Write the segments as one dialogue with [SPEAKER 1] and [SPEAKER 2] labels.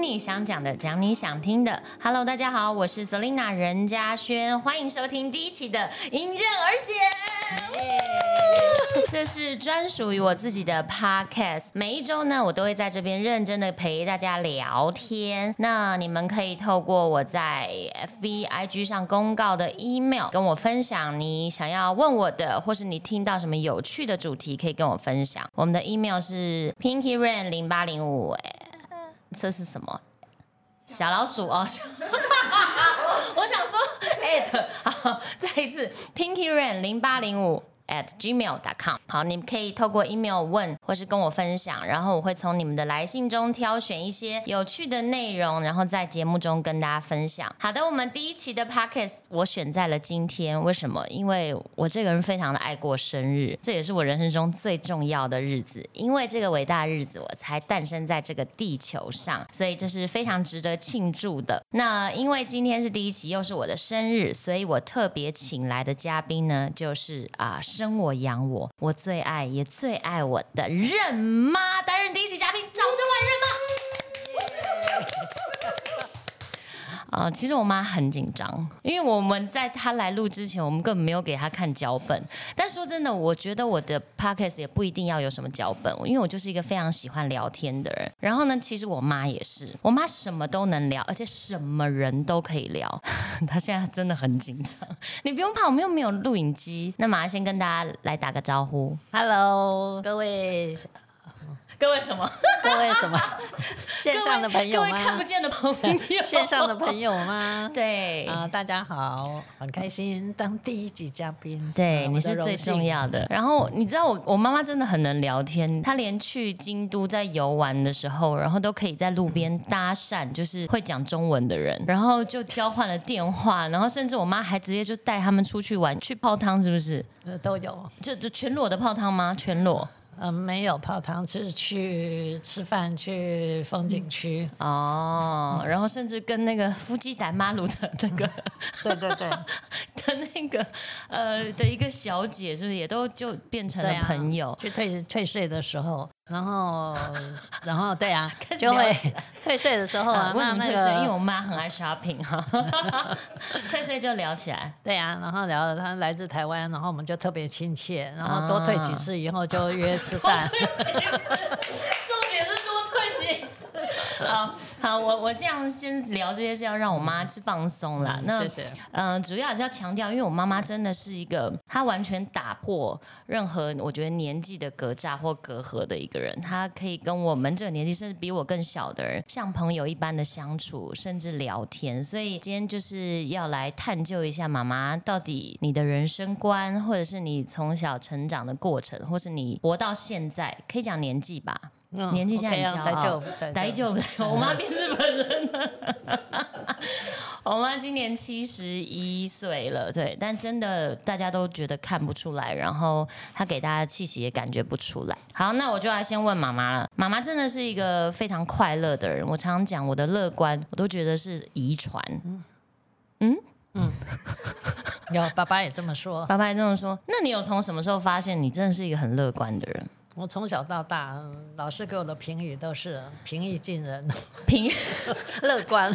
[SPEAKER 1] 你想讲的，讲你想听的。Hello，大家好，我是 Selina 任嘉轩，欢迎收听第一期的《迎刃而解》。这是专属于我自己的 podcast，每一周呢，我都会在这边认真的陪大家聊天。那你们可以透过我在 FB、IG 上公告的 email 跟我分享你想要问我的，或是你听到什么有趣的主题，可以跟我分享。我们的 email 是 pinky rain 零八零五，这是什么？小老鼠哦， 我想说 at 好，再一次 pinky rain 零八零五 at gmail.com。好，你们可以透过 email 问，或是跟我分享，然后我会从你们的来信中挑选一些有趣的内容，然后在节目中跟大家分享。好的，我们第一期的 podcast 我选在了今天，为什么？因为我这个人非常的爱过生日，这也是我人生中最重要的日子，因为这个伟大日子，我才诞生在这个地球上，所以这是非常值得庆祝的。那因为今天是第一期，又是我的生日，所以我特别请来的嘉宾呢，就是啊、生我养我，我最爱也最爱我的任妈担任第一期嘉宾，掌声欢迎任妈。呃，其实我妈很紧张，因为我们在她来录之前，我们根本没有给她看脚本。但说真的，我觉得我的 podcast 也不一定要有什么脚本，因为我就是一个非常喜欢聊天的人。然后呢，其实我妈也是，我妈什么都能聊，而且什么人都可以聊。 她现在真的很紧张，你不用怕，我们又没有录影机。那马上先跟大家来打个招呼，
[SPEAKER 2] Hello，各 位
[SPEAKER 1] 各位什么？
[SPEAKER 2] 各位什么线上的朋友
[SPEAKER 1] 各位各位看不
[SPEAKER 2] 吗？
[SPEAKER 1] 见的朋友，
[SPEAKER 2] 线上的朋友 吗？
[SPEAKER 1] 对
[SPEAKER 2] 啊、大家好，很开心当第一集嘉宾，
[SPEAKER 1] 对，
[SPEAKER 2] 啊
[SPEAKER 1] 你是最重。要的。然后你知道我，我妈妈真的很能聊天，她连去京都在游玩的时候，然后都可以在路边搭讪，就是会讲中文的人，然后就交换了电话，然后甚至我妈还直接就带他们出去玩，去泡汤，是不是？
[SPEAKER 2] 我的荣幸呃都有，
[SPEAKER 1] 就就全裸的泡汤吗？全裸。
[SPEAKER 2] 呃，没有泡汤，是去吃饭，去风景区。
[SPEAKER 1] 哦，然后甚至跟那个夫妻打马路的那个
[SPEAKER 2] 对对 对，
[SPEAKER 1] 的那个呃的一个小姐，是不是也都就变成了
[SPEAKER 2] 对啊
[SPEAKER 1] 朋友？
[SPEAKER 2] 去退退税的时 候，然后然后对啊，
[SPEAKER 1] 开始
[SPEAKER 2] 就
[SPEAKER 1] 聊
[SPEAKER 2] 会
[SPEAKER 1] 起
[SPEAKER 2] 退税的时候啊，
[SPEAKER 1] 为
[SPEAKER 2] 那
[SPEAKER 1] 什么
[SPEAKER 2] 那
[SPEAKER 1] 退税？因为
[SPEAKER 2] 个
[SPEAKER 1] 我妈很爱 shopping 哈、 退税就聊起 来。
[SPEAKER 2] 对啊，然后聊了他来自台湾，然后我们就特别亲切，然后多退
[SPEAKER 1] 啊
[SPEAKER 2] 几次以后就约 吃饭。
[SPEAKER 1] 重点是多退几次。 好好，我我这样先聊这些是要让我妈去放松啦。那
[SPEAKER 2] 谢谢。
[SPEAKER 1] 嗯、主要还是要强调，因为我妈妈真的是一个，她完全打破任何我觉得年纪的隔栅或隔阂的一个人。她可以跟我们这个年纪，甚至比我更小的人，像朋友一般的相处，甚至聊天。所以今天就是要来探究一下妈妈到底你的人生观，或者是你从小成长的过程，或是你活到现在，可以讲年纪吧。
[SPEAKER 2] 嗯
[SPEAKER 1] 年纪现在很
[SPEAKER 2] OK 啊
[SPEAKER 1] 骄傲
[SPEAKER 2] 大丈夫
[SPEAKER 1] 大
[SPEAKER 2] 大
[SPEAKER 1] 丈
[SPEAKER 2] 丈
[SPEAKER 1] 夫，我妈变日本人了。 我妈今年七十一岁了，对，但真的大家都觉得看不出来，然后她给大家气息也感觉不出来。好，那我就要先问妈妈了。妈妈真的是一个非常快乐的人，我常常讲我的乐观，我都觉得是遗传。
[SPEAKER 2] 有爸爸也这么说，
[SPEAKER 1] 爸爸也这么说。那你有从什么时候发现你真的是一个很乐观的人？
[SPEAKER 2] 我从小到大，嗯老师给我的评语都是平易近人、
[SPEAKER 1] 平
[SPEAKER 2] 乐观，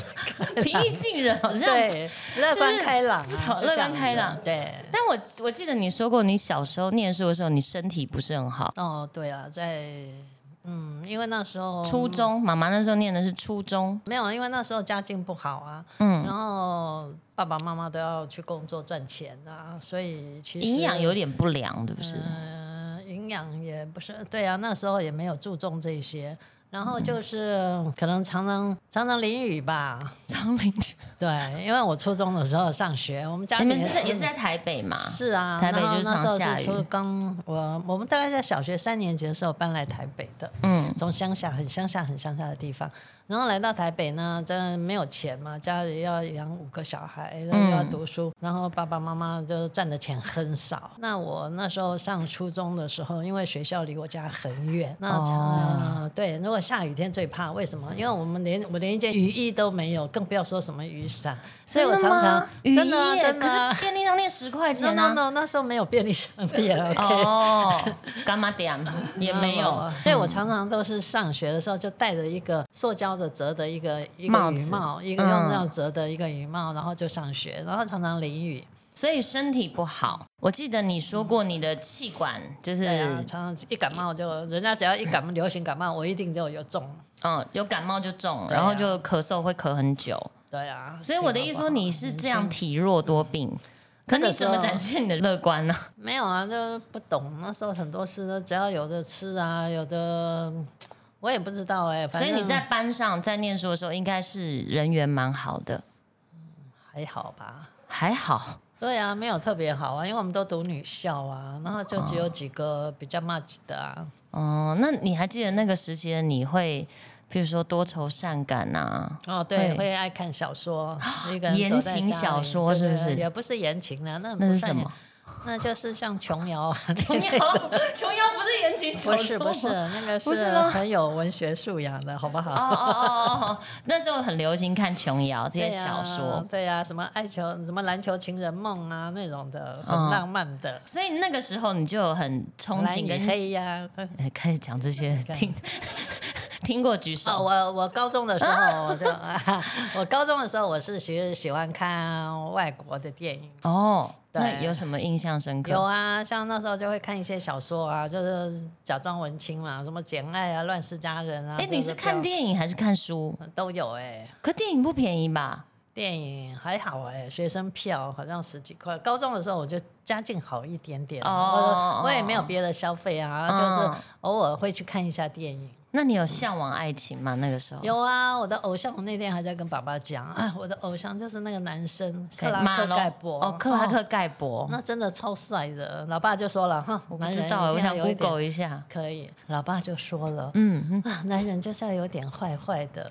[SPEAKER 1] 平易近人，好像
[SPEAKER 2] 对，乐观
[SPEAKER 1] 就是
[SPEAKER 2] 开朗啊
[SPEAKER 1] 不少，
[SPEAKER 2] 就这样
[SPEAKER 1] 乐观开朗
[SPEAKER 2] 子对。
[SPEAKER 1] 但我我记得你说过，你小时候念书的时候，你身体不是很好。
[SPEAKER 2] 哦，对啊，在嗯，因为那时候
[SPEAKER 1] 初中，妈妈那时候念的是初中，
[SPEAKER 2] 没有，因为那时候家境不好啊，
[SPEAKER 1] 嗯
[SPEAKER 2] 然后爸爸妈妈都要去工作赚钱啊，所以其实
[SPEAKER 1] 营养有点不良，对不是？
[SPEAKER 2] 嗯，营养也不是，对啊，那时候也没有注重这些，
[SPEAKER 1] 嗯
[SPEAKER 2] 然后就是、可能常常常常淋雨吧，
[SPEAKER 1] 张林，
[SPEAKER 2] 对，因为我初中的时候上学，我们家
[SPEAKER 1] 你
[SPEAKER 2] 庭
[SPEAKER 1] 们是在也是
[SPEAKER 2] 是
[SPEAKER 1] 在台北嘛？
[SPEAKER 2] 是啊，
[SPEAKER 1] 台北
[SPEAKER 2] 然后
[SPEAKER 1] 就是
[SPEAKER 2] 那时
[SPEAKER 1] 常
[SPEAKER 2] 候
[SPEAKER 1] 下
[SPEAKER 2] 是
[SPEAKER 1] 雨
[SPEAKER 2] 初刚我我们大概在小学三年级的时候搬来台北的，
[SPEAKER 1] 嗯，
[SPEAKER 2] 从乡下很乡下很乡下的地方，然后来到台北呢，真的没有钱嘛，家里要养五个小孩，然后
[SPEAKER 1] 嗯
[SPEAKER 2] 又要读书，然后爸爸妈妈就赚的钱很少。那我那时候上初中的时候，因为学校离我家很远，那常、
[SPEAKER 1] 哦
[SPEAKER 2] 呃对，如果下雨天最怕，为什么？因为我们连我连一件雨衣都没有，更不要说什么雨伞。所以我常常
[SPEAKER 1] 真
[SPEAKER 2] 真的啊
[SPEAKER 1] 雨衣耶
[SPEAKER 2] 真的
[SPEAKER 1] 可
[SPEAKER 2] 啊
[SPEAKER 1] 是便利商店十块
[SPEAKER 2] no
[SPEAKER 1] 钱
[SPEAKER 2] no
[SPEAKER 1] 啊。
[SPEAKER 2] no，那时候没有便利商 店，OK。嗯啊
[SPEAKER 1] 哦，干嘛 点也没有，嗯
[SPEAKER 2] 对我常常都是上学的时候就戴着一个塑胶的折的一个一
[SPEAKER 1] 帽
[SPEAKER 2] 个
[SPEAKER 1] 子
[SPEAKER 2] 雨帽，一个
[SPEAKER 1] 嗯
[SPEAKER 2] 用那种折的一个雨帽，然后就上学，然后常常淋雨。
[SPEAKER 1] 所以身体不好。我记得你说过你的气管就是，
[SPEAKER 2] 对啊，常常一感冒就人家只要一感冒流行感冒，我一定就有中。
[SPEAKER 1] 嗯，有感冒就中，
[SPEAKER 2] 对啊
[SPEAKER 1] 然后就咳嗽会咳很久。
[SPEAKER 2] 对啊，
[SPEAKER 1] 所以我的意思说，你是这样体弱多
[SPEAKER 2] 嗯
[SPEAKER 1] 病，可你怎么展现你的乐观呢？
[SPEAKER 2] 没有啊，就是不懂。那时候很多事都啊只要有的吃啊，有的嗯我也不知道哎、反
[SPEAKER 1] 所
[SPEAKER 2] 正
[SPEAKER 1] 以你在班上在念书的时候，应该是人缘蛮好的，
[SPEAKER 2] 还好吧？
[SPEAKER 1] 还好。
[SPEAKER 2] 对啊，没有特别好啊，因为我们都读女校啊，然后就只有几个比较骂几的啊。
[SPEAKER 1] 哦、那你还记得那个时期的你会，譬如说多愁善感啊，
[SPEAKER 2] 哦，对，
[SPEAKER 1] 会
[SPEAKER 2] 会爱看 小说，一个人
[SPEAKER 1] 言
[SPEAKER 2] 躲在
[SPEAKER 1] 情
[SPEAKER 2] 家里
[SPEAKER 1] 小说
[SPEAKER 2] 对对
[SPEAKER 1] 是不是
[SPEAKER 2] 对也不是言情啊，那
[SPEAKER 1] 那
[SPEAKER 2] 不
[SPEAKER 1] 是
[SPEAKER 2] 算
[SPEAKER 1] 什
[SPEAKER 2] 言
[SPEAKER 1] 么？
[SPEAKER 2] 那就是像琼瑶啊，
[SPEAKER 1] 琼瑶， 琼瑶不是言情小
[SPEAKER 2] 不
[SPEAKER 1] 说
[SPEAKER 2] 是不是，
[SPEAKER 1] 吗
[SPEAKER 2] 那个
[SPEAKER 1] 不是
[SPEAKER 2] 是
[SPEAKER 1] 吗
[SPEAKER 2] 很有文学素养的，好不
[SPEAKER 1] 哦
[SPEAKER 2] 好？
[SPEAKER 1] 哦哦哦哦，那时候很流行看琼瑶这些
[SPEAKER 2] 对
[SPEAKER 1] 小
[SPEAKER 2] 啊
[SPEAKER 1] 说，
[SPEAKER 2] 对呀、什么爱球，什么篮球情人梦啊那种的，很
[SPEAKER 1] 嗯
[SPEAKER 2] 浪漫的，
[SPEAKER 1] 所以那个时候你就有很憧
[SPEAKER 2] 蓝
[SPEAKER 1] 憬
[SPEAKER 2] 与
[SPEAKER 1] 跟
[SPEAKER 2] 黑呀、
[SPEAKER 1] 哎开始讲这些，
[SPEAKER 2] 对
[SPEAKER 1] 听 听过举手。
[SPEAKER 2] 哦，我我高中的时候， 我就、 啊、我高中的时候，我是其实喜欢看外国的 电影。
[SPEAKER 1] 哦，
[SPEAKER 2] 对
[SPEAKER 1] 那有什么印象深刻？
[SPEAKER 2] 有啊，像那时候就会看一些小说啊，就是假装文青嘛，什么《简爱》啊，《乱世佳人》啊。
[SPEAKER 1] 哎，你是看
[SPEAKER 2] 电
[SPEAKER 1] 电影还是看书？
[SPEAKER 2] 都有哎、
[SPEAKER 1] 可电影不便宜吧？
[SPEAKER 2] 电影还好哎、学生票好像十几块。高中的时候我就家境好一点点，
[SPEAKER 1] 哦
[SPEAKER 2] 我我也没有别的消费啊，
[SPEAKER 1] 嗯
[SPEAKER 2] 就是偶尔会去看一下电影。
[SPEAKER 1] 那你有向往爱情吗？那个时候
[SPEAKER 2] 有啊，我的偶像，我那天还在跟爸爸讲啊，我的偶像就是那个男生
[SPEAKER 1] 谁
[SPEAKER 2] 克拉
[SPEAKER 1] 马
[SPEAKER 2] 克
[SPEAKER 1] 龙
[SPEAKER 2] 盖博
[SPEAKER 1] 哦，克拉克盖博，
[SPEAKER 2] 那真的超帅的。老爸就说了哈，
[SPEAKER 1] 我不
[SPEAKER 2] 男人
[SPEAKER 1] 知道，
[SPEAKER 2] 一
[SPEAKER 1] 我
[SPEAKER 2] 定
[SPEAKER 1] 想
[SPEAKER 2] 要有一点
[SPEAKER 1] Google 一下。
[SPEAKER 2] 可以，老爸就说了，
[SPEAKER 1] 嗯，嗯
[SPEAKER 2] 啊， 男人就是要有点坏坏的。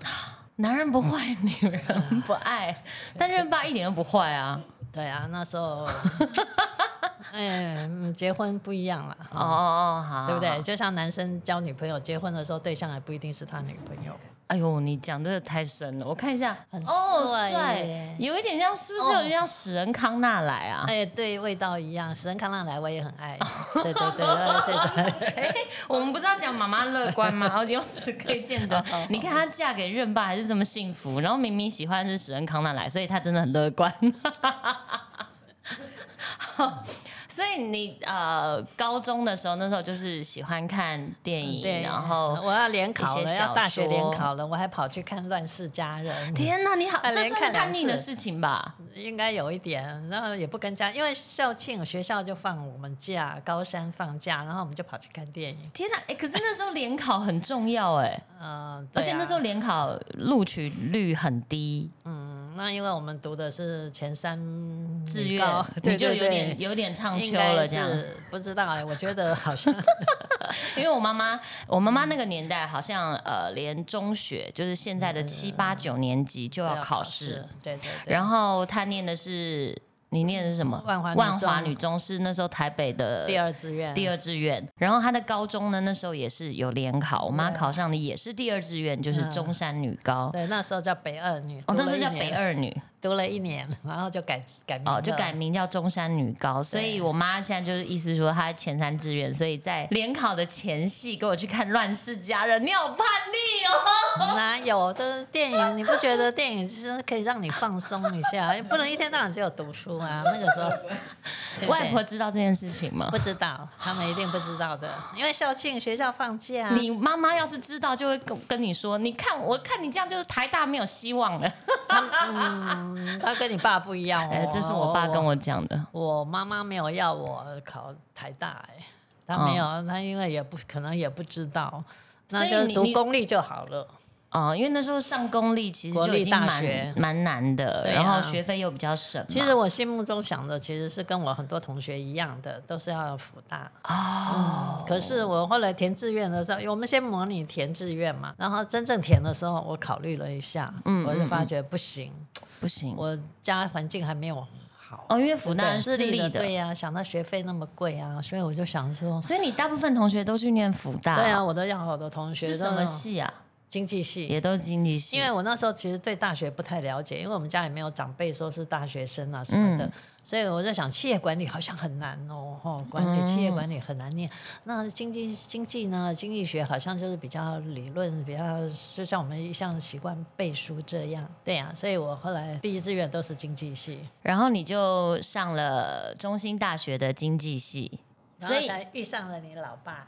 [SPEAKER 1] 男人不坏，女人不爱， 但任爸一点都不坏啊。
[SPEAKER 2] 对啊，那 时候，哎，嗯结婚不一样了，
[SPEAKER 1] 哦哦，好，
[SPEAKER 2] 嗯对不
[SPEAKER 1] 好
[SPEAKER 2] 对？？就像男生交女朋友，结婚的时候对象还不一定是他女朋友。
[SPEAKER 1] 哎呦，你讲这个太深了，我看一下，
[SPEAKER 2] 很
[SPEAKER 1] 哦，
[SPEAKER 2] 帅
[SPEAKER 1] 帅
[SPEAKER 2] 耶，哦
[SPEAKER 1] 有一点像，是不是有点像史恩康纳莱啊？
[SPEAKER 2] 哎，对，味道一样。史恩康纳来我也很 爱。对对对，呃这个
[SPEAKER 1] 我们不是要讲妈妈乐观 吗？哦，由此可以见
[SPEAKER 2] 哦
[SPEAKER 1] 得，你看她嫁给任爸还是这么幸福，然后明明喜欢是史恩康纳莱，所以她真的很乐观。 好所以你呃，高中的时候那时候就是喜欢看电影，
[SPEAKER 2] 对。
[SPEAKER 1] 然后
[SPEAKER 2] 嗯我要联考
[SPEAKER 1] 一些
[SPEAKER 2] 了，
[SPEAKER 1] 小
[SPEAKER 2] 要大学联
[SPEAKER 1] 说
[SPEAKER 2] 考了，我还跑去看《乱世佳人》。
[SPEAKER 1] 天哪，你好，
[SPEAKER 2] 哎
[SPEAKER 1] 这
[SPEAKER 2] 连
[SPEAKER 1] 算是
[SPEAKER 2] 看两
[SPEAKER 1] 叛逆的
[SPEAKER 2] 次
[SPEAKER 1] 事情吧？
[SPEAKER 2] 应该有一点，然后也不跟家，因为校庆学校就放我们假，高三放假，然后我们就跑去看电影。
[SPEAKER 1] 天哪，哎，可是那时候联考很重要哎，
[SPEAKER 2] 嗯，
[SPEAKER 1] 而
[SPEAKER 2] 对啊
[SPEAKER 1] 且那时候联考录取率很低，
[SPEAKER 2] 嗯，那因为我们读的是前三
[SPEAKER 1] 志
[SPEAKER 2] 女
[SPEAKER 1] 愿
[SPEAKER 2] 高
[SPEAKER 1] 你
[SPEAKER 2] 对
[SPEAKER 1] 就
[SPEAKER 2] 对
[SPEAKER 1] 有点
[SPEAKER 2] 对，
[SPEAKER 1] 有点唱
[SPEAKER 2] 应
[SPEAKER 1] 秋了
[SPEAKER 2] 该
[SPEAKER 1] 这样。
[SPEAKER 2] 是不知道哎，我觉 得好像
[SPEAKER 1] 因为我妈妈，我妈妈那个年代好像呃，连中学就是现在的
[SPEAKER 2] 嗯
[SPEAKER 1] 七八九年级就要考试，，
[SPEAKER 2] 对对对，
[SPEAKER 1] 然后她念的是你念的是什么？
[SPEAKER 2] 万华女中
[SPEAKER 1] 万华女中是那时候台北的
[SPEAKER 2] 第二志愿，
[SPEAKER 1] 第
[SPEAKER 2] 二
[SPEAKER 1] 二志愿，然后她的高中呢那时候也是有联考，我妈
[SPEAKER 2] 对
[SPEAKER 1] 考上的也是第二志愿，就是中山女高。
[SPEAKER 2] 对那时候叫北二女，
[SPEAKER 1] 哦，
[SPEAKER 2] 嗯读
[SPEAKER 1] 那时候
[SPEAKER 2] 了一
[SPEAKER 1] 叫
[SPEAKER 2] 年
[SPEAKER 1] 北，二女，
[SPEAKER 2] 读了一年，然后就改改名
[SPEAKER 1] 哦，就
[SPEAKER 2] 了
[SPEAKER 1] 改名叫中山女高，所以我妈现在就是意思说她前三志愿，所以在联考的前夕给我去看《乱世佳人》，你好叛逆哦！
[SPEAKER 2] 哪有？就是电影，你不觉得电影就是可以让你放松一下，不能一天到晚只有读书啊。那个时候，对不对
[SPEAKER 1] 外婆知道这件事情吗
[SPEAKER 2] 不？知道，他们一定不知道的，因为校庆学校放假。啊
[SPEAKER 1] 你妈妈要是知道，就会跟跟你说：“你看，我看你这样，就是台大没有希望 了。
[SPEAKER 2] 嗯，他跟你爸不一样哦。
[SPEAKER 1] 哎，这是我爸跟
[SPEAKER 2] 我
[SPEAKER 1] 我讲的。
[SPEAKER 2] 我妈妈没有要我考台大、哎，他没有，他因为也不可能也不知道，
[SPEAKER 1] 嗯所
[SPEAKER 2] 那
[SPEAKER 1] 以
[SPEAKER 2] 就是
[SPEAKER 1] 你
[SPEAKER 2] 读
[SPEAKER 1] 你
[SPEAKER 2] 公立就好了。
[SPEAKER 1] 哦，因为那时候上公立其实
[SPEAKER 2] 国
[SPEAKER 1] 就
[SPEAKER 2] 立
[SPEAKER 1] 已经
[SPEAKER 2] 大学
[SPEAKER 1] 蛮蛮难的，
[SPEAKER 2] 对啊
[SPEAKER 1] 然后学费又比较省嘛。
[SPEAKER 2] 其实我心目中想的其实是跟我很多同学一样的，都是要辅大。嗯
[SPEAKER 1] 哦，
[SPEAKER 2] 可是我后来填志愿的时候，我们先模拟填志愿嘛，然后真正填的时候，我考虑了一下，
[SPEAKER 1] 嗯
[SPEAKER 2] 我就发觉不行，
[SPEAKER 1] 不行，
[SPEAKER 2] 我家环境还没有好。
[SPEAKER 1] 哦，因为复旦
[SPEAKER 2] 私
[SPEAKER 1] 是立
[SPEAKER 2] 的，
[SPEAKER 1] 的，
[SPEAKER 2] 对呀、想到学费那么贵啊，所以我就想说，
[SPEAKER 1] 所以你大部分同学都去念复大，
[SPEAKER 2] 对啊，，我都要我的同学
[SPEAKER 1] 是什
[SPEAKER 2] 都
[SPEAKER 1] 么
[SPEAKER 2] 有
[SPEAKER 1] 系啊？
[SPEAKER 2] 经济系。
[SPEAKER 1] 也都经济系，
[SPEAKER 2] 因为我那时候其实对大学不太了解，因为我们家也没有长辈说是大学生啊什么
[SPEAKER 1] 嗯
[SPEAKER 2] 的，所以我就想企业管理好像很难哦，哦管
[SPEAKER 1] 嗯
[SPEAKER 2] 理、企业管理很难念。那经济经济呢，经济学好像就是比较理论，比较就像我们一向习惯背书这样，对呀、所以我后来第一志愿都是经济系，
[SPEAKER 1] 然后你就上了中兴大学的经济系，
[SPEAKER 2] 然
[SPEAKER 1] 所
[SPEAKER 2] 后
[SPEAKER 1] 以啊
[SPEAKER 2] 才遇上了你老爸。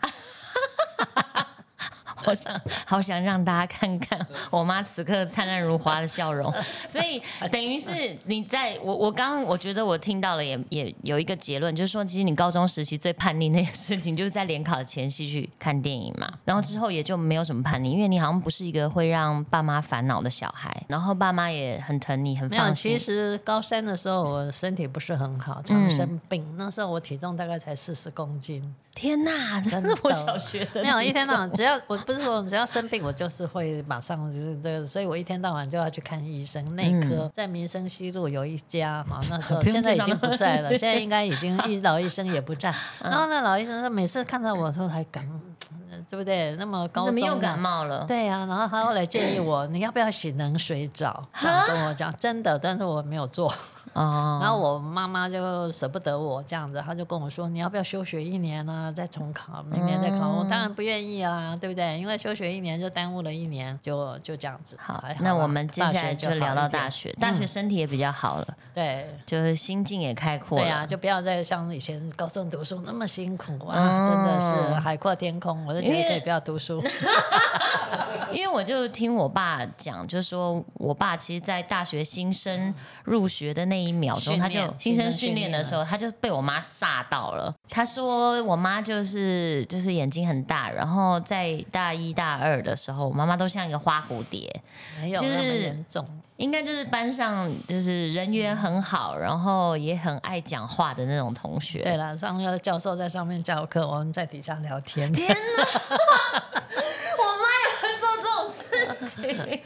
[SPEAKER 1] 好想好想让大家看看我妈此刻灿烂如花的笑容。所 以等于是你在我我刚刚我觉得我听到了也也有一个结论，就是说其实你高中时期最叛逆那件事情，就是在联考前夕去看电影嘛，然后之后也就没有什么叛逆，因为你好像不是一个会让爸妈烦恼的小孩，然后爸妈也很疼你，很
[SPEAKER 2] 没有，
[SPEAKER 1] 放心。
[SPEAKER 2] 其
[SPEAKER 1] 嗯
[SPEAKER 2] 实高三的时候我身体不是很好，常生病。那时候我体重大概才四十公斤，
[SPEAKER 1] 天哪， 这
[SPEAKER 2] 真
[SPEAKER 1] 是
[SPEAKER 2] 的
[SPEAKER 1] 我小学的
[SPEAKER 2] 没有一天到
[SPEAKER 1] 那
[SPEAKER 2] 晚，只要我不是说只要生病，我就是会马上就是这个，所以我一天到晚就要去看医生。内科、在民生西路有一家嘛，那时候
[SPEAKER 1] 不用
[SPEAKER 2] 现在已
[SPEAKER 1] 介绍
[SPEAKER 2] 经
[SPEAKER 1] 了
[SPEAKER 2] 不在了，现在应该已经一老医生也不在。然后那老医生说，每次看到我都还感，对不对？那么高
[SPEAKER 1] 怎
[SPEAKER 2] 中
[SPEAKER 1] 么又
[SPEAKER 2] 了
[SPEAKER 1] 感冒了？
[SPEAKER 2] 对呀、然后他后来建议我，你要不要洗冷水澡？这样跟我讲，真的，但是我没有做。
[SPEAKER 1] 哦，
[SPEAKER 2] 然后我妈妈就舍不得我这样子，她就跟我说：“你要不要休学一年啊？再重考，明年再考。我当然
[SPEAKER 1] 嗯
[SPEAKER 2] 不愿意啦，对不对？因为休学一年就耽误了一年，就就这样子。
[SPEAKER 1] 好
[SPEAKER 2] 还，
[SPEAKER 1] 那
[SPEAKER 2] 啦
[SPEAKER 1] 我们接下来就聊到大
[SPEAKER 2] 学
[SPEAKER 1] 学，大学身体也比较好了，
[SPEAKER 2] 就好一点。
[SPEAKER 1] 就是心境也开
[SPEAKER 2] 对
[SPEAKER 1] 阔
[SPEAKER 2] 对
[SPEAKER 1] 了。
[SPEAKER 2] 呀、就不要再像以前高中读书那么辛苦啊！真的是海阔天空，我就
[SPEAKER 1] 哦
[SPEAKER 2] 觉
[SPEAKER 1] 因为
[SPEAKER 2] 得可以不要 读书。
[SPEAKER 1] 因为我就听我爸讲，就说我爸其实，在大学新生入学的那一秒钟，
[SPEAKER 2] 训
[SPEAKER 1] 他
[SPEAKER 2] 练
[SPEAKER 1] 就新
[SPEAKER 2] 新
[SPEAKER 1] 生
[SPEAKER 2] 生
[SPEAKER 1] 训
[SPEAKER 2] 训
[SPEAKER 1] 练的
[SPEAKER 2] 练
[SPEAKER 1] 时候，他就被我妈吓到了。他说我妈就是就是眼睛很大，然后在大一大二的时候，我妈妈都像一个花蝴蝶，
[SPEAKER 2] 没有那么严重，
[SPEAKER 1] 应该就是班上就是人缘很好，然后也很爱讲话的那种同学。
[SPEAKER 2] 对了，上课教授在上面教课，我们在底下聊天。
[SPEAKER 1] 我妈也会做这 种事情，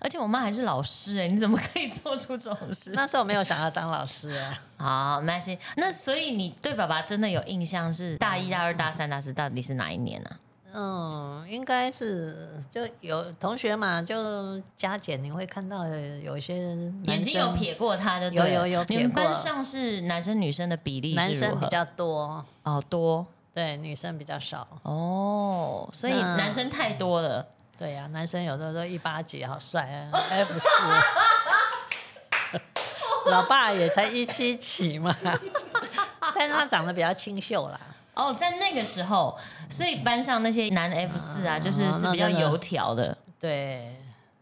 [SPEAKER 1] 而且我妈还是老师哎、你怎么可以做出这种事？
[SPEAKER 2] 那时候没有想要当老师啊。
[SPEAKER 1] 好，没关系。那所以你对爸爸真的有印象是大一、大二、大三、大四到底是哪一年啊呢、
[SPEAKER 2] 嗯，应该是就有同学嘛，就加减你会看到有一些
[SPEAKER 1] 眼
[SPEAKER 2] 男
[SPEAKER 1] 睛有
[SPEAKER 2] 生
[SPEAKER 1] 瞥过他就对了
[SPEAKER 2] 有有有
[SPEAKER 1] 你们
[SPEAKER 2] 瞥过
[SPEAKER 1] 班上是男生女生的比例
[SPEAKER 2] 男
[SPEAKER 1] 是如
[SPEAKER 2] 生
[SPEAKER 1] 何
[SPEAKER 2] 比？较多，
[SPEAKER 1] 哦多
[SPEAKER 2] 对女生比较少。
[SPEAKER 1] 哦，所以
[SPEAKER 2] 那
[SPEAKER 1] 男生太多了。
[SPEAKER 2] 对呀、男生有的都一八几，好帅啊，F 四。老爸也才一七几嘛，但是他长得比较清秀啦，
[SPEAKER 1] 哦，在那个时候，所以班上那些男 F 四啊，就是
[SPEAKER 2] 哦那
[SPEAKER 1] 是比较
[SPEAKER 2] 真的
[SPEAKER 1] 油条的。
[SPEAKER 2] 对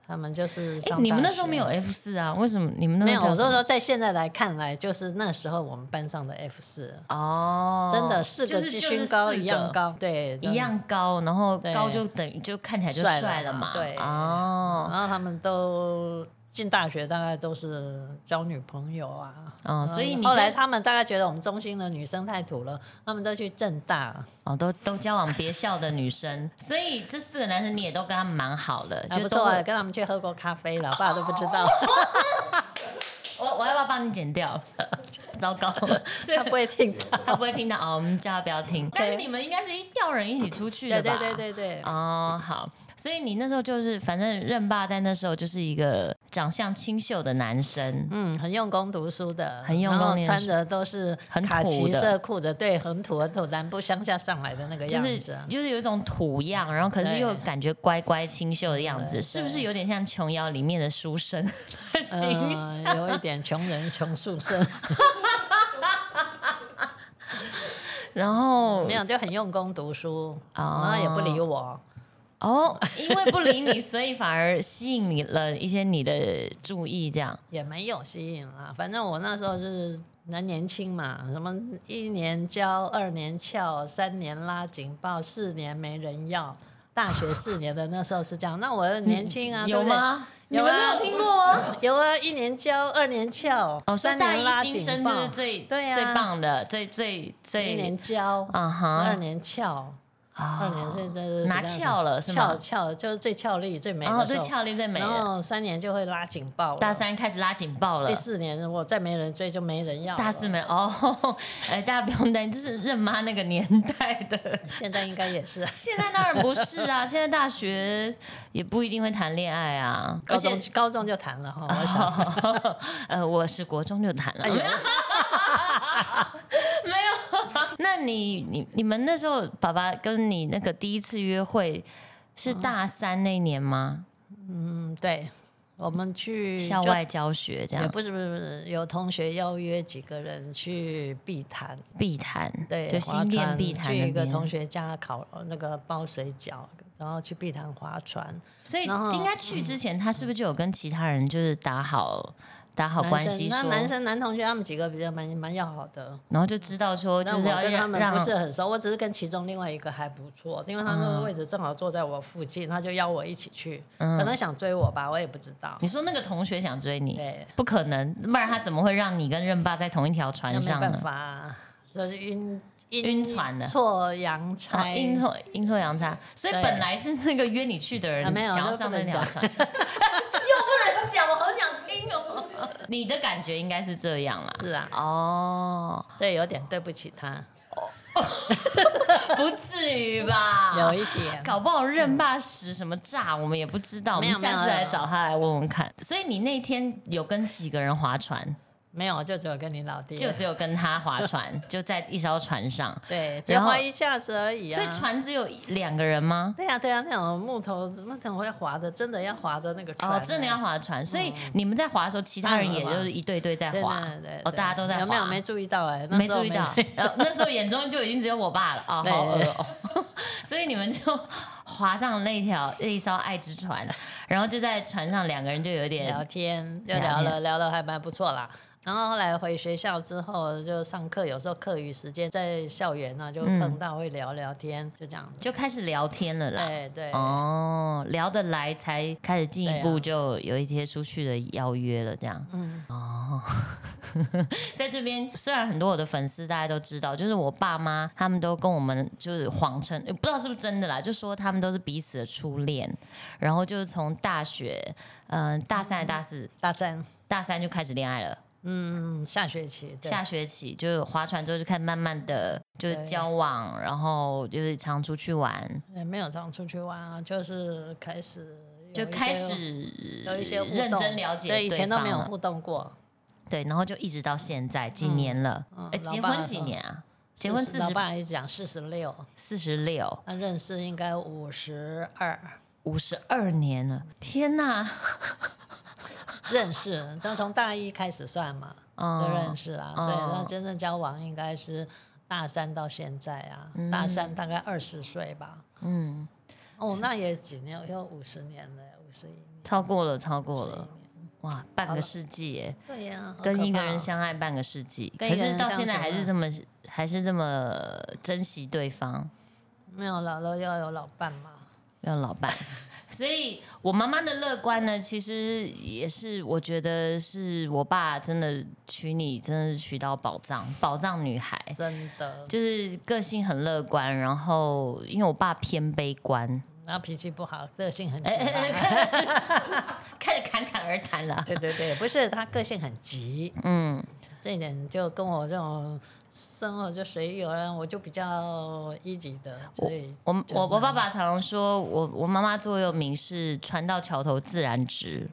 [SPEAKER 2] 他们就是
[SPEAKER 1] 哎、
[SPEAKER 2] 上大学、
[SPEAKER 1] 你们那时候没有 F 四啊？为什么你们那
[SPEAKER 2] 没
[SPEAKER 1] 时
[SPEAKER 2] 有，
[SPEAKER 1] 候
[SPEAKER 2] 我
[SPEAKER 1] 叫什么
[SPEAKER 2] 说说在现在来看来，就是那时候我们班上的 F 四，
[SPEAKER 1] 哦，
[SPEAKER 2] 真的四
[SPEAKER 1] 就
[SPEAKER 2] 个
[SPEAKER 1] 是
[SPEAKER 2] 身高一样，
[SPEAKER 1] 就是
[SPEAKER 2] 高，对，
[SPEAKER 1] 四个一。样高，然后
[SPEAKER 2] 对
[SPEAKER 1] 高就等于就看起来就
[SPEAKER 2] 帅了
[SPEAKER 1] 帅了
[SPEAKER 2] 嘛
[SPEAKER 1] 嘛，
[SPEAKER 2] 对
[SPEAKER 1] 哦
[SPEAKER 2] 然。后他们都进大学，大概都是交女朋友啊。
[SPEAKER 1] 哦，所以你
[SPEAKER 2] 后
[SPEAKER 1] 跟
[SPEAKER 2] 来他们大概觉得我们中心的女生太土了，他们都去正大，
[SPEAKER 1] 哦都都交往别校的女生，所以这四个男生你也都跟他们蛮好的，
[SPEAKER 2] 还
[SPEAKER 1] 就
[SPEAKER 2] 不
[SPEAKER 1] 都
[SPEAKER 2] 错、啊，
[SPEAKER 1] 会哦
[SPEAKER 2] 跟他们去喝过咖 啡，老爸都不知道，
[SPEAKER 1] 我我要不要帮你剪掉？ 糟糕，所以
[SPEAKER 2] 他不会听到。
[SPEAKER 1] 他不会听到哦，我们叫他不要听。但是你们应该是一调人一起出去
[SPEAKER 2] 对
[SPEAKER 1] 的吧？
[SPEAKER 2] 对对对对，
[SPEAKER 1] 哦，好，所以你那时候就是，反正任爸在那时候就是一个长相清秀的男生，
[SPEAKER 2] 嗯，很用功读书的，
[SPEAKER 1] 很用功
[SPEAKER 2] 然后
[SPEAKER 1] 念书
[SPEAKER 2] 穿着都是
[SPEAKER 1] 很
[SPEAKER 2] 卡
[SPEAKER 1] 土
[SPEAKER 2] 其
[SPEAKER 1] 的
[SPEAKER 2] 色裤子，对，很土很土，南部乡下上来的那个
[SPEAKER 1] 就
[SPEAKER 2] 样
[SPEAKER 1] 是
[SPEAKER 2] 子啊。
[SPEAKER 1] 就是有一种土样，然后可是
[SPEAKER 2] 对
[SPEAKER 1] 又感觉乖乖清秀的样子，
[SPEAKER 2] 对
[SPEAKER 1] 是不是有点像《琼瑶》里面的书生的形象？
[SPEAKER 2] 嗯，有一点穷人穷宿生，
[SPEAKER 1] 然后
[SPEAKER 2] 没有就很用功读书，然
[SPEAKER 1] 哦
[SPEAKER 2] 后也不理我，
[SPEAKER 1] 哦，因为不理你， 所以反而吸引你了一些你的注意，这样
[SPEAKER 2] 也没有吸引啦。反正我那时候就是人年轻嘛，什么一年教，二年翘，三年拉警报，四年没人要。大学四年的那时候是这样，那我年轻啊，
[SPEAKER 1] 嗯有
[SPEAKER 2] 对不对？
[SPEAKER 1] 吗？你
[SPEAKER 2] 有
[SPEAKER 1] 们
[SPEAKER 2] 啊
[SPEAKER 1] 没有听过吗？
[SPEAKER 2] 有啊，一年教，二年翘，
[SPEAKER 1] 哦，所以
[SPEAKER 2] 三
[SPEAKER 1] 大
[SPEAKER 2] 年拉
[SPEAKER 1] 一新
[SPEAKER 2] 警
[SPEAKER 1] 生就
[SPEAKER 2] 报
[SPEAKER 1] 是，最
[SPEAKER 2] 对啊
[SPEAKER 1] 最棒的，最最
[SPEAKER 2] 一
[SPEAKER 1] 最
[SPEAKER 2] 年教，
[SPEAKER 1] 啊
[SPEAKER 2] 二
[SPEAKER 1] 哈
[SPEAKER 2] 年翘，二年是这是
[SPEAKER 1] 拿
[SPEAKER 2] 比较
[SPEAKER 1] 翘了是吗
[SPEAKER 2] 翘翘就是最俏丽、最美
[SPEAKER 1] 然后
[SPEAKER 2] 的时
[SPEAKER 1] 最哦
[SPEAKER 2] 候。
[SPEAKER 1] 俏丽最美
[SPEAKER 2] 然
[SPEAKER 1] 的，
[SPEAKER 2] 后三年就会拉警报了
[SPEAKER 1] 大三开始拉警报了
[SPEAKER 2] 第。四年我再没人追就没人要了。
[SPEAKER 1] 啊大四没 哦，哎，大家不用担心，这是任妈那个年代 的。
[SPEAKER 2] 现在应该也 是
[SPEAKER 1] 现在当然不是啊，现在大学也不一定会谈恋爱啊。
[SPEAKER 2] 高
[SPEAKER 1] 而
[SPEAKER 2] 中
[SPEAKER 1] 且啊
[SPEAKER 2] 高中就哎谈了哈，我想。
[SPEAKER 1] 呃，我是国中就谈了，没有， 没有。 那你你你们那时候，爸爸跟你那个第一次约会是大三那年吗？
[SPEAKER 2] 嗯，对，我们去
[SPEAKER 1] 校
[SPEAKER 2] 就
[SPEAKER 1] 外教学这
[SPEAKER 2] 也
[SPEAKER 1] 样，
[SPEAKER 2] 不是不是不是，有同学邀约几个人去碧潭，
[SPEAKER 1] 碧潭，
[SPEAKER 2] 对，
[SPEAKER 1] 就
[SPEAKER 2] 划
[SPEAKER 1] 新店
[SPEAKER 2] 船
[SPEAKER 1] 碧潭
[SPEAKER 2] 去
[SPEAKER 1] 那
[SPEAKER 2] 一个
[SPEAKER 1] 边。
[SPEAKER 2] 同学家烤那个包水饺，然后去碧潭划船。
[SPEAKER 1] 所以
[SPEAKER 2] 然后
[SPEAKER 1] 应该去之前，他是不是就有跟其他人就是打好打好
[SPEAKER 2] 男
[SPEAKER 1] 哦关
[SPEAKER 2] 生
[SPEAKER 1] 系
[SPEAKER 2] 那
[SPEAKER 1] 说，
[SPEAKER 2] 男生男同学他们几个比较蛮蛮要好的，
[SPEAKER 1] 然后就知道说
[SPEAKER 2] 那
[SPEAKER 1] 就是要
[SPEAKER 2] 我跟他
[SPEAKER 1] 让
[SPEAKER 2] 们
[SPEAKER 1] 让嗯
[SPEAKER 2] 不是很熟，我只是跟其中另外一个还不错，因为他那个位置正好坐在我附近，他就邀我一起去，可能想追我吧，我也不知道。
[SPEAKER 1] 你说那个同学想追你，
[SPEAKER 2] 对，
[SPEAKER 1] 不可能，不然他怎么会让你跟任爸在同一条船
[SPEAKER 2] 那没
[SPEAKER 1] 上
[SPEAKER 2] 办
[SPEAKER 1] 呢？
[SPEAKER 2] 法啊，就是晕晕
[SPEAKER 1] 晕船了
[SPEAKER 2] 错阳
[SPEAKER 1] 啊，
[SPEAKER 2] 差。
[SPEAKER 1] 阴错阴错阳差，所以
[SPEAKER 2] 对
[SPEAKER 1] 本来是那个约你去的
[SPEAKER 2] 啊
[SPEAKER 1] 人
[SPEAKER 2] 没有
[SPEAKER 1] 想要
[SPEAKER 2] 那
[SPEAKER 1] 上
[SPEAKER 2] 不
[SPEAKER 1] 那
[SPEAKER 2] 能
[SPEAKER 1] 条
[SPEAKER 2] 讲
[SPEAKER 1] 船， 又不能讲，我好想听哦。你的感觉应该是这样 啦。
[SPEAKER 2] 是啊，
[SPEAKER 1] 哦，
[SPEAKER 2] 这有点对不起他，
[SPEAKER 1] 不至于吧？
[SPEAKER 2] 有一点。
[SPEAKER 1] 啊搞不好任爸使什么诈，我们也不知道。我
[SPEAKER 2] 没
[SPEAKER 1] 们
[SPEAKER 2] 有
[SPEAKER 1] 下次
[SPEAKER 2] 没有
[SPEAKER 1] 来找他来问问看。所以你那天有跟几个人划 船？
[SPEAKER 2] 没有，就只有跟你老弟
[SPEAKER 1] 就。只有跟他划船，就在一艘船上。
[SPEAKER 2] 对，只
[SPEAKER 1] 然后
[SPEAKER 2] 划一下子而已啊。
[SPEAKER 1] 所以船只有两个人吗？
[SPEAKER 2] 对呀、啊对呀、那种木头木头会划的，真的要划的那个船、欸
[SPEAKER 1] 哦，真的要划船，所以你们在划的时候，其他人也就是一对一对在
[SPEAKER 2] 对
[SPEAKER 1] 划
[SPEAKER 2] 对对，
[SPEAKER 1] 哦，大家都在划，
[SPEAKER 2] 有没有没注意到哎、那
[SPEAKER 1] 没
[SPEAKER 2] 时候
[SPEAKER 1] 注意到
[SPEAKER 2] 注意，
[SPEAKER 1] 然后那时候眼中就已经只有我爸了哦，
[SPEAKER 2] 对
[SPEAKER 1] 好恶哦， 所以你们就划上那条那一艘爱之船，然后就在船上两个人就有点
[SPEAKER 2] 聊天
[SPEAKER 1] 嗯
[SPEAKER 2] 就
[SPEAKER 1] 聊
[SPEAKER 2] 聊
[SPEAKER 1] 天
[SPEAKER 2] 了聊的还蛮不错啦。然后后来回学校之后就上课，有时候课余时间在校园啊呢、就碰到会聊聊天，就这样子。
[SPEAKER 1] 就开始聊天了嗯啦。
[SPEAKER 2] 对对，
[SPEAKER 1] 哦，聊得来才开始进一步
[SPEAKER 2] 对
[SPEAKER 1] 就
[SPEAKER 2] 啊
[SPEAKER 1] 有一些出去的邀约了，这样。嗯，哦， 在这边虽然很多我的粉丝大家都知道，就是我爸妈他们都跟我们就是谎称，呃不知道是不是真的啦，就说他们都是彼此的初恋，然后就是从大学，嗯、大三还是大四，
[SPEAKER 2] 大三
[SPEAKER 1] 大三就开始恋爱了。
[SPEAKER 2] 嗯下学期对
[SPEAKER 1] 下学期就是划船之后就开始慢慢的就是
[SPEAKER 2] 对
[SPEAKER 1] 交往，然后就是常出去玩，
[SPEAKER 2] 也没有常出去玩啊，就是开始有
[SPEAKER 1] 就
[SPEAKER 2] 一
[SPEAKER 1] 开
[SPEAKER 2] 些
[SPEAKER 1] 始
[SPEAKER 2] 有一些互动
[SPEAKER 1] 呃认真了解
[SPEAKER 2] 对以前都
[SPEAKER 1] 方啊
[SPEAKER 2] 没有
[SPEAKER 1] 了
[SPEAKER 2] 互动过，
[SPEAKER 1] 对，然后就一直到现在几年了，
[SPEAKER 2] 嗯
[SPEAKER 1] 哎、
[SPEAKER 2] 老
[SPEAKER 1] 结
[SPEAKER 2] 爸
[SPEAKER 1] 婚
[SPEAKER 2] 的
[SPEAKER 1] 几
[SPEAKER 2] 时候
[SPEAKER 1] 年啊？结婚
[SPEAKER 2] 40
[SPEAKER 1] 四
[SPEAKER 2] 老
[SPEAKER 1] 十
[SPEAKER 2] 爸一直讲四十六，
[SPEAKER 1] 四十六，
[SPEAKER 2] 那认识应该五十二，
[SPEAKER 1] 五十二年了，天哪！
[SPEAKER 2] 认识，就从大一开始算嘛，就认
[SPEAKER 1] 嗯，
[SPEAKER 2] 识啦，
[SPEAKER 1] 哦
[SPEAKER 2] 所以那真正交往应该是大三到现在啊，
[SPEAKER 1] 嗯
[SPEAKER 2] 大三大概二十岁吧，嗯，哦，那也几年，有五十年了，五十一年，
[SPEAKER 1] 超过了，超过
[SPEAKER 2] 51
[SPEAKER 1] 了，
[SPEAKER 2] 年
[SPEAKER 1] 哇，半
[SPEAKER 2] 好
[SPEAKER 1] 个
[SPEAKER 2] 了
[SPEAKER 1] 世纪耶，
[SPEAKER 2] 对呀，好
[SPEAKER 1] 跟
[SPEAKER 2] 可
[SPEAKER 1] 一个
[SPEAKER 2] 怕
[SPEAKER 1] 人
[SPEAKER 2] 哦
[SPEAKER 1] 相爱半个世纪，
[SPEAKER 2] 跟
[SPEAKER 1] 可
[SPEAKER 2] 一个
[SPEAKER 1] 是
[SPEAKER 2] 人
[SPEAKER 1] 到
[SPEAKER 2] 相
[SPEAKER 1] 现在
[SPEAKER 2] 处
[SPEAKER 1] 还是
[SPEAKER 2] 啊
[SPEAKER 1] 这么，还是这么珍惜对方，
[SPEAKER 2] 没有老了要有老伴嘛，
[SPEAKER 1] 要老 伴。所以，我妈妈的乐观呢，其实也是我觉得是我爸真的娶你，真的是娶到宝藏，宝藏女孩。
[SPEAKER 2] 真的，
[SPEAKER 1] 就是个性很乐观，然后因为我爸偏悲 观，
[SPEAKER 2] 然后脾气不好，个性很急
[SPEAKER 1] 哎哎哎
[SPEAKER 2] 嘛。
[SPEAKER 1] 开始侃侃而谈了。
[SPEAKER 2] 对对对，不是他个性很急，
[SPEAKER 1] 嗯，
[SPEAKER 2] 这一点就跟我这种生活就随遇而安，我就比较一级的，所以
[SPEAKER 1] 我
[SPEAKER 2] 真的
[SPEAKER 1] 我我爸爸常常说我我妈妈座右铭是“船到桥头自然直”，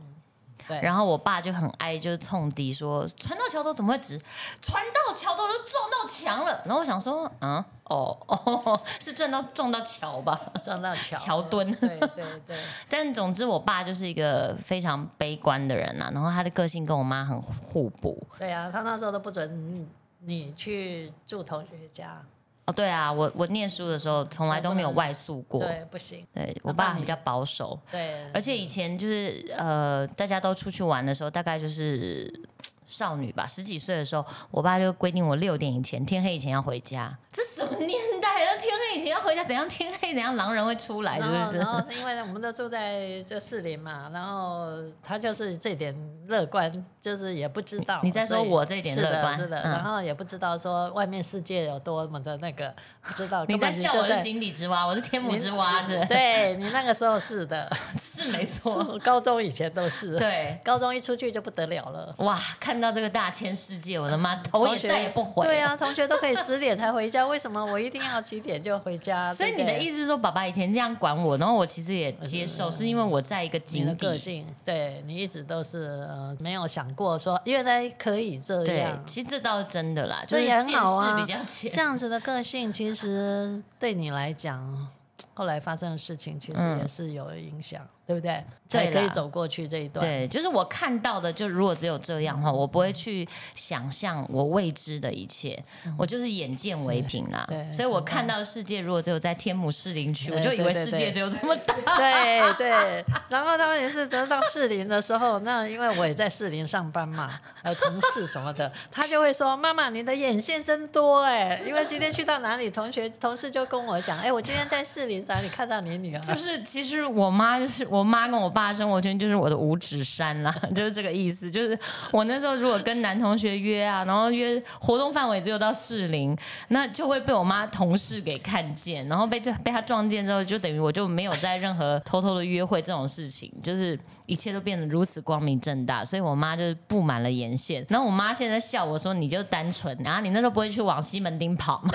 [SPEAKER 2] 对
[SPEAKER 1] 然后我爸就很爱就是冲敌说“船到桥头怎么会直？船到桥头都撞到墙了。”然后我想说，啊，哦哦， 是撞到撞到桥吧，
[SPEAKER 2] 撞到桥
[SPEAKER 1] 桥墩。
[SPEAKER 2] 对对对，
[SPEAKER 1] 但总之，我爸就是一个非常悲观的人呐、啊然后他的个性跟我妈很互补，
[SPEAKER 2] 对啊，他那时候都不准你去住同学家，
[SPEAKER 1] 哦，对啊，我我念书的时候从来都没有外宿过。
[SPEAKER 2] 对，不行，
[SPEAKER 1] 对我
[SPEAKER 2] 那
[SPEAKER 1] 爸嗯
[SPEAKER 2] 你
[SPEAKER 1] 比较保守，
[SPEAKER 2] 对，
[SPEAKER 1] 而且以前就是呃，大家都出去玩的时候，大概就是嘖少女吧，十几岁的时候，我爸就规定我六点以前，天黑以前要回家。这什么年代还要天黑以前要回家，怎样天黑怎样狼人会出来，是
[SPEAKER 2] 然
[SPEAKER 1] 不
[SPEAKER 2] 后，
[SPEAKER 1] 是
[SPEAKER 2] 然？后因为我们都住在这士林嘛，然后他就是这点乐观，就是也不知道。
[SPEAKER 1] 你你在说
[SPEAKER 2] 所以
[SPEAKER 1] 我这点乐观
[SPEAKER 2] 是的，是的。
[SPEAKER 1] 嗯
[SPEAKER 2] 然后也不知道说外面世界有多么的那个，不知道。
[SPEAKER 1] 你在
[SPEAKER 2] 根本
[SPEAKER 1] 笑
[SPEAKER 2] 就
[SPEAKER 1] 我是
[SPEAKER 2] 在
[SPEAKER 1] 井底之蛙，我是天母之蛙， 是不是
[SPEAKER 2] 对你那个时候是 的，
[SPEAKER 1] 是没错，
[SPEAKER 2] 高中以前都是。，
[SPEAKER 1] 对。
[SPEAKER 2] 高中一出去就不得了了。
[SPEAKER 1] 哇，看到这个大千世界，我的 妈，头
[SPEAKER 2] 同
[SPEAKER 1] 也
[SPEAKER 2] 学
[SPEAKER 1] 再也不回。
[SPEAKER 2] 对，啊，同学都可以十点才 回家，为什么我一定要几点就回家？
[SPEAKER 1] 所以
[SPEAKER 2] 对
[SPEAKER 1] 你
[SPEAKER 2] 不
[SPEAKER 1] 的
[SPEAKER 2] 对
[SPEAKER 1] 意思是说，爸爸以前这样管我，然后我其实也接受，是因为我在一个
[SPEAKER 2] 嗯
[SPEAKER 1] 井
[SPEAKER 2] 你的个
[SPEAKER 1] 底。
[SPEAKER 2] 性，对你一直都是呃没有想过说原来可以这
[SPEAKER 1] 对
[SPEAKER 2] 样，，
[SPEAKER 1] 其实这倒是真的啦，就
[SPEAKER 2] 这
[SPEAKER 1] 是
[SPEAKER 2] 也
[SPEAKER 1] 见
[SPEAKER 2] 很好
[SPEAKER 1] 识
[SPEAKER 2] 啊
[SPEAKER 1] 比较浅
[SPEAKER 2] 这。样子的个性其实对你来讲，后来发生的事情其实
[SPEAKER 1] 嗯
[SPEAKER 2] 也是有影响，对不对？
[SPEAKER 1] 对
[SPEAKER 2] 才可以
[SPEAKER 1] 啦
[SPEAKER 2] 走过去这一段。
[SPEAKER 1] 对，就是我看到的，就如果只有这样的话，我不会去想象我未知的一切，我就是眼见为凭啦
[SPEAKER 2] 嗯对。对
[SPEAKER 1] 所以我看到世界，如果只有在天母士林区，我
[SPEAKER 2] 对
[SPEAKER 1] 就以为
[SPEAKER 2] 对
[SPEAKER 1] 世
[SPEAKER 2] 对
[SPEAKER 1] 界
[SPEAKER 2] 对
[SPEAKER 1] 只有这么大。
[SPEAKER 2] 对对，然后他们也是得到士林的时候，那因为我也在士林上班嘛，还有同事什么的，他就会说：“妈妈，你的眼线真多哎！”因为今天去到哪里，同学同事就跟我讲：“哎，我今天在士林哪里看到你女儿。”
[SPEAKER 1] 就是其实我妈就是我妈跟我爸的生活圈就是我的五指山啦， 就是这个意思。就是我那时候如果跟男同学约啊，然后约活动范围只有到士林，那就会被我妈同事给看见，然后被被他撞见之后，就等于我就没有在任何偷偷的约会这种事情，就是一切都变得如此光明正大，所以我妈就是布满了眼线。然后我妈现在笑我说：“你就单纯，然后你那时候不会去往西门町跑吗？”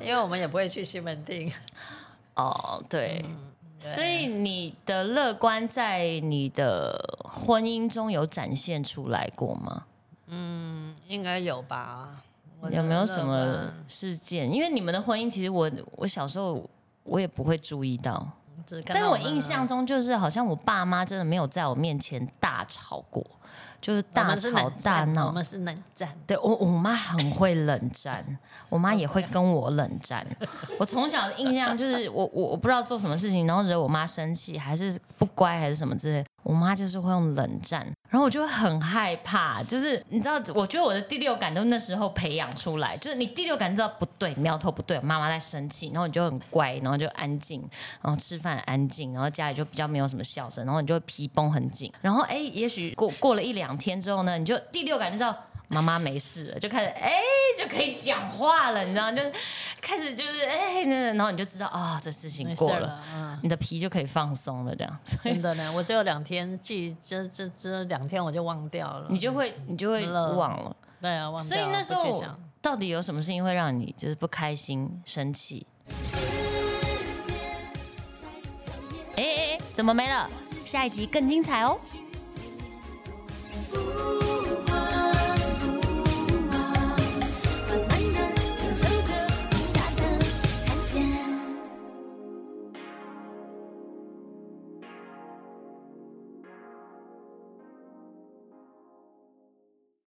[SPEAKER 2] 因为我们也不会去西门町。
[SPEAKER 1] 哦，对。
[SPEAKER 2] 嗯对
[SPEAKER 1] 所以你的乐观在你的婚姻中有展现出来过吗？
[SPEAKER 2] 应该有吧？我的
[SPEAKER 1] 有没有什
[SPEAKER 2] 乐
[SPEAKER 1] 么
[SPEAKER 2] 观
[SPEAKER 1] 事件？因为你们的婚姻，其实我我小时候我也不会注意到，
[SPEAKER 2] 只看
[SPEAKER 1] 但是
[SPEAKER 2] 到
[SPEAKER 1] 我
[SPEAKER 2] 们
[SPEAKER 1] 印象中就是好像我爸妈真的没有在我面前大吵过，就是
[SPEAKER 2] 我
[SPEAKER 1] 大
[SPEAKER 2] 们是
[SPEAKER 1] 吵
[SPEAKER 2] 冷
[SPEAKER 1] 大
[SPEAKER 2] 战，我
[SPEAKER 1] 闹。
[SPEAKER 2] 们是冷战。
[SPEAKER 1] 对我，我妈很会冷战，我妈也会跟我冷战。我从小的印象就是我，我我不知道做什么事情，然后惹我妈生气，还是不乖，还是什么之类，我妈就是会用冷战，然后我就会很害怕。就是你知道，我觉得我的第六感都那时候培养出来，就是你第六感知道不对，苗头不对，妈妈在生气，然后你就很乖，然后就安静，然后吃饭安静，然后家里就比较没有什么笑声，然后你就会皮绷很紧。然后哎，也许过过了一两天之后呢，你就第六感就知道。妈妈没事了，就开始哎、就可以讲话了，你知道，就开始就是哎、那，然后你就知道啊、这事情
[SPEAKER 2] 没事
[SPEAKER 1] 过了，
[SPEAKER 2] 了，嗯，
[SPEAKER 1] 你的皮就可以放松了，这 样，所以
[SPEAKER 2] 真的呢，我只有两天记，这这这两天我就忘掉了
[SPEAKER 1] 你。就会你就会
[SPEAKER 2] 了
[SPEAKER 1] 忘了。
[SPEAKER 2] 对啊，忘
[SPEAKER 1] 所
[SPEAKER 2] 掉
[SPEAKER 1] 以
[SPEAKER 2] 了。
[SPEAKER 1] 那时候
[SPEAKER 2] 不去想
[SPEAKER 1] 到底有什么事情会让你就是不开心、生气？哎哎哎，怎么没了？下一集更精彩哦！